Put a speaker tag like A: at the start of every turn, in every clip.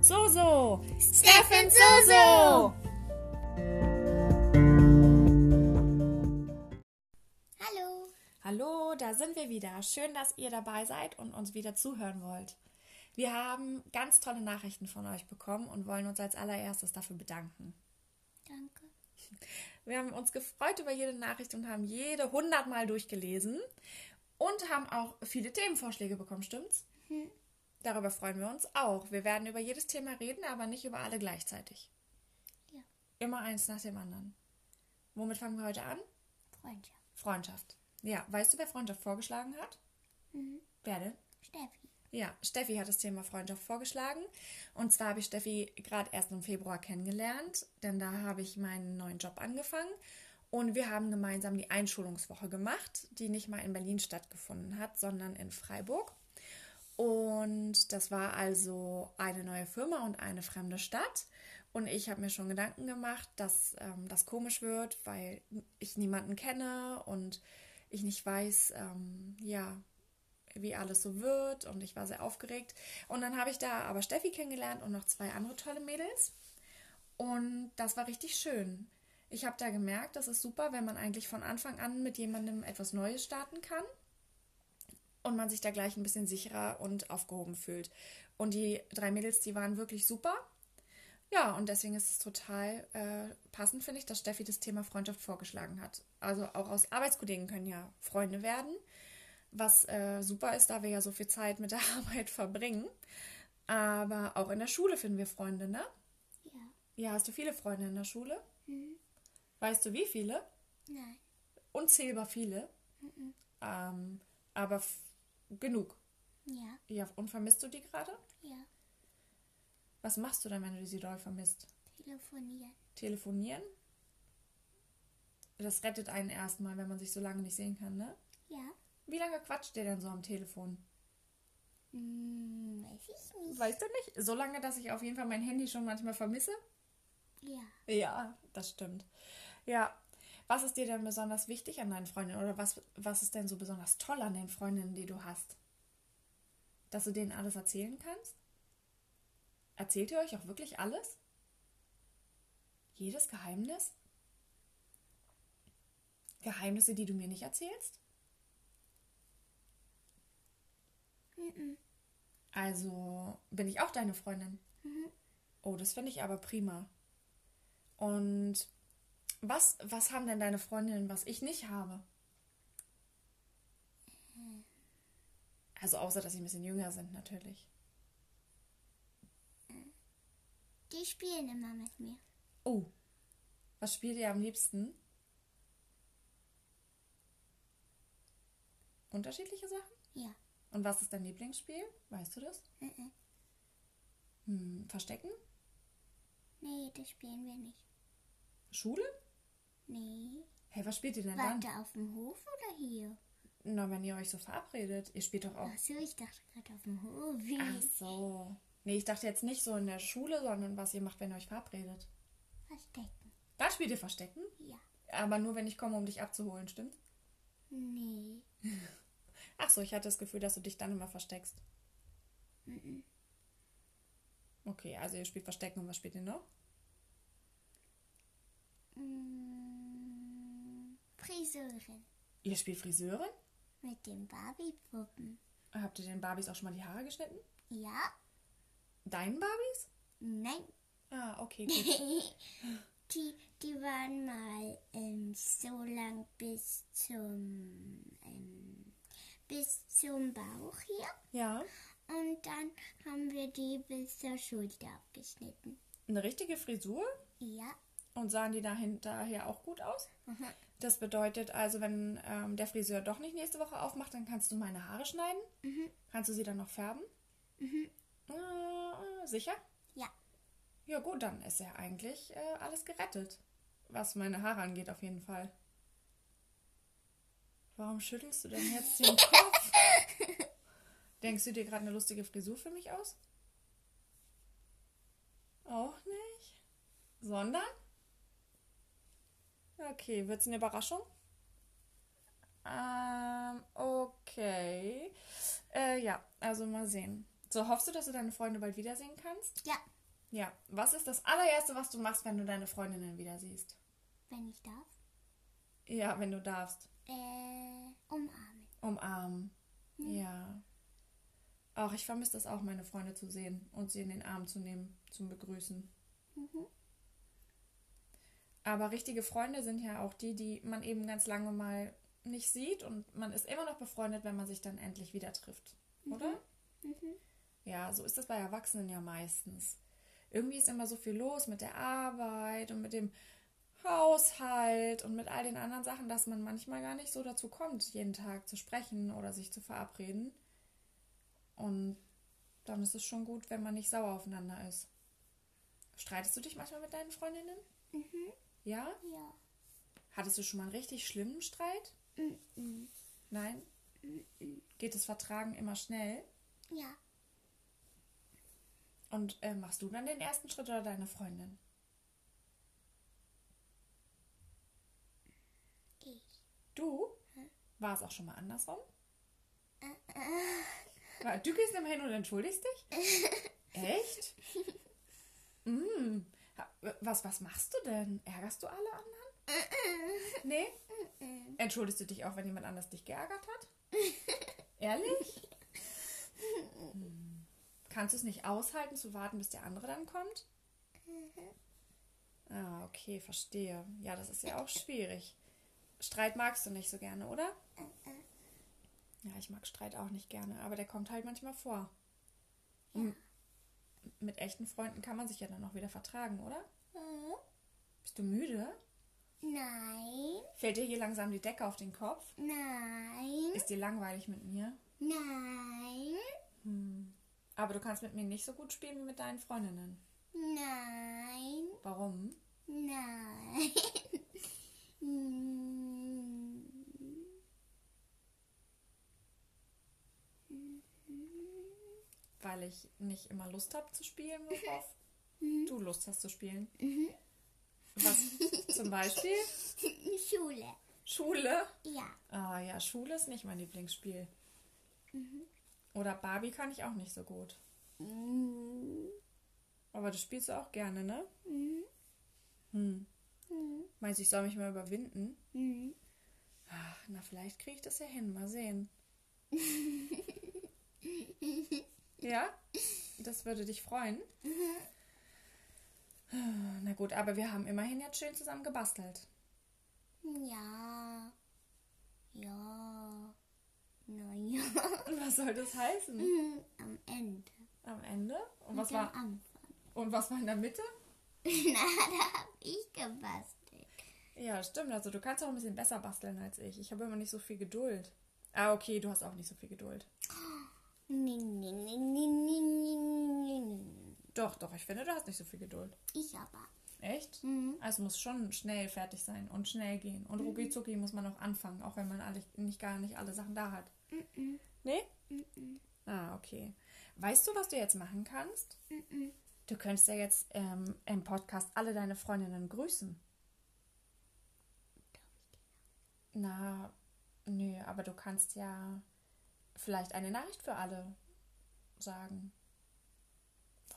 A: Soso.
B: Steffen Soso. Hallo.
A: Hallo, da sind wir wieder. Schön, dass ihr dabei seid und uns wieder zuhören wollt. Wir haben ganz tolle Nachrichten von euch bekommen und wollen uns als allererstes dafür bedanken.
B: Danke.
A: Wir haben uns gefreut über jede Nachricht und haben jede hundertmal durchgelesen und haben auch viele Themenvorschläge bekommen, stimmt's?
B: Hm.
A: Darüber freuen wir uns auch. Wir werden über jedes Thema reden, aber nicht über alle gleichzeitig.
B: Ja.
A: Immer eins nach dem anderen. Womit fangen wir heute an?
B: Freundschaft.
A: Freundschaft. Ja, weißt du, wer Freundschaft vorgeschlagen hat? Wer denn?
B: Steffi.
A: Ja, Steffi hat das Thema Freundschaft vorgeschlagen. Und zwar habe ich Steffi gerade erst im Februar kennengelernt, denn da habe ich meinen neuen Job angefangen. Und wir haben gemeinsam die Einschulungswoche gemacht, die nicht mal in Berlin stattgefunden hat, sondern in Freiburg. Und das war also eine neue Firma und eine fremde Stadt. Und ich habe mir schon Gedanken gemacht, dass ähm, das komisch wird, weil ich niemanden kenne und ich nicht weiß, ähm, ja, wie alles so wird und ich war sehr aufgeregt. Und dann habe ich da aber Steffi kennengelernt und noch zwei andere tolle Mädels. Und das war richtig schön. Ich habe da gemerkt, das ist super, wenn man eigentlich von Anfang an mit jemandem etwas Neues starten kann und man sich da gleich ein bisschen sicherer und aufgehoben fühlt. Und die drei Mädels, die waren wirklich super. Ja, und deswegen ist es total äh, passend, finde ich, dass Steffi das Thema Freundschaft vorgeschlagen hat. Also auch aus Arbeitskollegen können ja Freunde werden, was äh, super ist, da wir ja so viel Zeit mit der Arbeit verbringen. Aber auch in der Schule finden wir Freunde, ne?
B: Ja.
A: Ja, hast du viele Freunde in der Schule? Weißt du, wie viele?
B: Nein.
A: Unzählbar viele. Ähm, aber f- genug.
B: Ja.
A: Ja, und vermisst du die gerade?
B: Ja.
A: Was machst du dann, wenn du sie doll vermisst?
B: Telefonieren.
A: Telefonieren? Das rettet einen erstmal, wenn man sich so lange nicht sehen kann, ne?
B: Ja.
A: Wie lange quatscht ihr denn so am Telefon?
B: Hm, weiß ich nicht.
A: Weißt du nicht? So lange, dass ich auf jeden Fall mein Handy schon manchmal vermisse?
B: Ja.
A: Ja, das stimmt. Ja. Was ist dir denn besonders wichtig an deinen Freundinnen oder was, was ist denn so besonders toll an den Freundinnen, die du hast? Dass du denen alles erzählen kannst? Erzählt ihr euch auch wirklich alles? Jedes Geheimnis? Geheimnisse, die du mir nicht erzählst? Also bin ich auch deine Freundin. Oh, das finde ich aber prima. Und was, was haben denn deine Freundinnen, was ich nicht habe? Also außer, dass sie ein bisschen jünger sind, natürlich.
B: Die spielen immer mit mir.
A: Oh, was spielt ihr am liebsten? Unterschiedliche Sachen?
B: Ja.
A: Und was ist dein Lieblingsspiel? Weißt du das?
B: Mhm.
A: Hm, Verstecken?
B: Nee, das spielen wir nicht.
A: Schule?
B: Nee.
A: Hey, was spielt ihr denn dann?
B: Warte, auf dem Hof oder hier?
A: Na, wenn ihr euch so verabredet. Ihr spielt doch auch
B: Achso, ich dachte gerade auf dem Hof.
A: Ach so. Nee, ich dachte jetzt nicht so in der Schule, sondern was ihr macht, wenn ihr euch verabredet.
B: Verstecken.
A: Da spielt ihr Verstecken,
B: Ja.
A: aber nur wenn ich komme, um dich abzuholen, stimmt?
B: Nee.
A: Ach so, ich hatte das Gefühl, dass du dich dann immer versteckst. Okay, also ihr spielt Verstecken und was spielt ihr noch?
B: Hm, Friseurin.
A: Ihr spielt Friseurin?
B: Mit den Barbie-Puppen.
A: Habt ihr den Barbies auch schon mal die Haare geschnitten?
B: Ja?
A: Deinen Barbies?
B: Nein.
A: Ah, okay, gut.
B: die, die waren mal ähm, so lang bis zum ähm, bis zum Bauch hier.
A: ja.
B: Und dann haben wir die bis zur Schulter abgeschnitten.
A: Eine richtige Frisur?
B: Ja.
A: Und sahen die dahin, daher auch gut aus? Das bedeutet also, wenn ähm, der Friseur doch nicht nächste Woche aufmacht, dann kannst du meine Haare schneiden. Kannst du sie dann noch färben? Äh, sicher?
B: Ja.
A: Ja gut, dann ist ja eigentlich äh, alles gerettet. Was meine Haare angeht, auf jeden Fall. Warum schüttelst du denn jetzt den Kopf? Denkst du dir gerade eine lustige Frisur für mich aus? Auch nicht. Sondern? Okay, wird's eine Überraschung? Ähm, okay. Äh, ja, also mal sehen. So, hoffst du, dass du deine Freunde bald wiedersehen kannst?
B: Ja.
A: Ja, was ist das allererste, was du machst, wenn du deine Freundinnen wieder siehst?
B: Wenn ich darf.
A: Ja, wenn du darfst.
B: Äh, umarmen.
A: Umarmen. Ja. Auch ich vermisse das auch, meine Freunde zu sehen und sie in den Arm zu nehmen, zum Begrüßen. Aber richtige Freunde sind ja auch die, die man eben ganz lange mal nicht sieht und man ist immer noch befreundet, wenn man sich dann endlich wieder trifft. Oder? Ja, so ist das bei Erwachsenen ja meistens. Irgendwie ist immer so viel los mit der Arbeit und mit dem Haushalt und mit all den anderen Sachen, dass man manchmal gar nicht so dazu kommt, jeden Tag zu sprechen oder sich zu verabreden. Und dann ist es schon gut, wenn man nicht sauer aufeinander ist. Streitest du dich manchmal mit deinen Freundinnen? Ja?
B: Ja.
A: Hattest du schon mal einen richtig schlimmen Streit? Nein? Geht das Vertragen immer schnell?
B: Ja.
A: Und äh, machst du dann den ersten Schritt oder deine Freundin?
B: Ich.
A: Du? War es auch schon mal andersrum? War- Du gehst immer hin und entschuldigst dich? Echt? Mm. Ha- Was, was machst du denn? Ärgerst du alle anderen? Nee? Entschuldigst du dich auch, wenn jemand anders dich geärgert hat? Ehrlich? Hm. Kannst du es nicht aushalten, zu warten, bis der andere dann kommt? Ah, okay, verstehe. Ja, das ist ja auch schwierig. Streit magst du nicht so gerne, oder? Ja, ich mag Streit auch nicht gerne, aber der kommt halt manchmal vor. Und mit echten Freunden kann man sich ja dann auch wieder vertragen, oder?
B: Äh,
A: Bist du müde?
B: Nein.
A: Fällt dir hier langsam die Decke auf den Kopf?
B: Nein.
A: Ist dir langweilig mit mir?
B: Nein.
A: Aber du kannst mit mir nicht so gut spielen wie mit deinen Freundinnen.
B: Nein.
A: Warum?
B: Nein. Hm.
A: Weil ich nicht immer Lust habe zu spielen, worauf du Lust hast zu spielen. Was zum Beispiel?
B: Schule.
A: Schule.
B: Ja.
A: Ah ja, Schule ist nicht mein Lieblingsspiel. Oder Barbie kann ich auch nicht so gut.
B: Hm.
A: Aber das spielst du auch gerne, ne? Hm. Meinst du, ich soll mich mal überwinden?
B: Hm.
A: Ach, na, vielleicht kriege ich das ja hin. Mal sehen. ja? Das würde dich freuen. Na gut, aber wir haben immerhin jetzt schön zusammen gebastelt.
B: Ja. Ja. Naja.
A: Und was soll das heißen?
B: Am Ende.
A: Am Ende? Und was
B: Mhm. Mit am
A: war,
B: Anfang.
A: und was war in der Mitte?
B: Na, da hab ich gebastelt.
A: Ja, stimmt. Also du kannst auch ein bisschen besser basteln als ich. Ich habe immer nicht so viel Geduld. Ah, okay, du hast auch nicht so viel Geduld.
B: Nee, nee, nee, nee, nee, nee, nee, nee.
A: Doch, doch, ich finde, du hast nicht so viel Geduld.
B: Ich aber.
A: Echt?
B: Mhm.
A: Also muss schon schnell fertig sein und schnell gehen. Und rucki zucki muss man auch anfangen, auch wenn man alle, nicht gar nicht alle Sachen da hat.
B: Mhm.
A: Nee? Ah, okay. Weißt du, was du jetzt machen kannst?
B: Mhm.
A: Du könntest ja jetzt ähm, im Podcast alle deine Freundinnen grüßen. Na, nö, aber du kannst ja vielleicht eine Nachricht für alle sagen.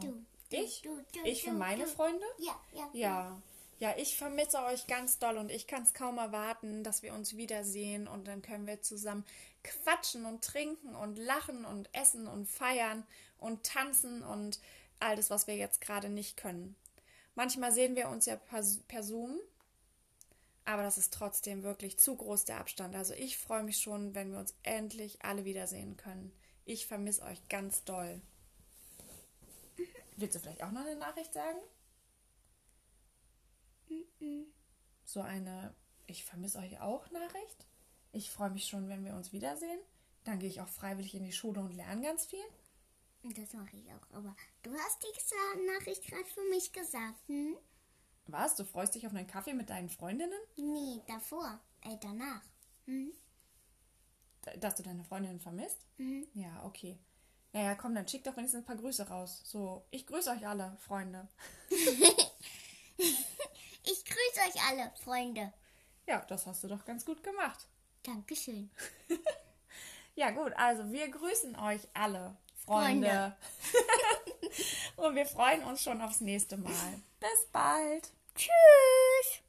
B: Du.
A: Oh, Ich?
B: Du, du,
A: Ich für
B: du,
A: meine
B: du.
A: Freunde?
B: Ja, ja.
A: Ja. Ja, ich vermisse euch ganz doll und ich kann es kaum erwarten, dass wir uns wiedersehen und dann können wir zusammen quatschen und trinken und lachen und essen und feiern und tanzen und all das, was wir jetzt gerade nicht können. Manchmal sehen wir uns ja per, per Zoom, aber das ist trotzdem wirklich zu groß der Abstand. Also ich freue mich schon, wenn wir uns endlich alle wiedersehen können. Ich vermisse euch ganz doll. Willst du vielleicht auch noch eine Nachricht sagen? so eine Ich vermisse euch auch Nachricht. Ich freue mich schon, wenn wir uns wiedersehen. Dann gehe ich auch freiwillig in die Schule und lerne ganz viel.
B: Das mache ich auch. Aber du hast die Gesa- Nachricht gerade für mich gesagt. Hm?
A: Was? Du freust dich auf einen Kaffee mit deinen Freundinnen?
B: Nee, davor. Äh, danach.
A: D- Dass du deine Freundinnen vermisst? Ja, okay. Naja, komm, dann schick doch wenigstens ein paar Grüße raus. So, ich grüße euch alle, Freunde.
B: Ich grüße euch alle, Freunde.
A: Ja, das hast du doch ganz gut gemacht.
B: Dankeschön.
A: Ja, gut, also wir grüßen euch alle, Freunde. Und wir freuen uns schon aufs nächste Mal. Bis bald.
B: Tschüss.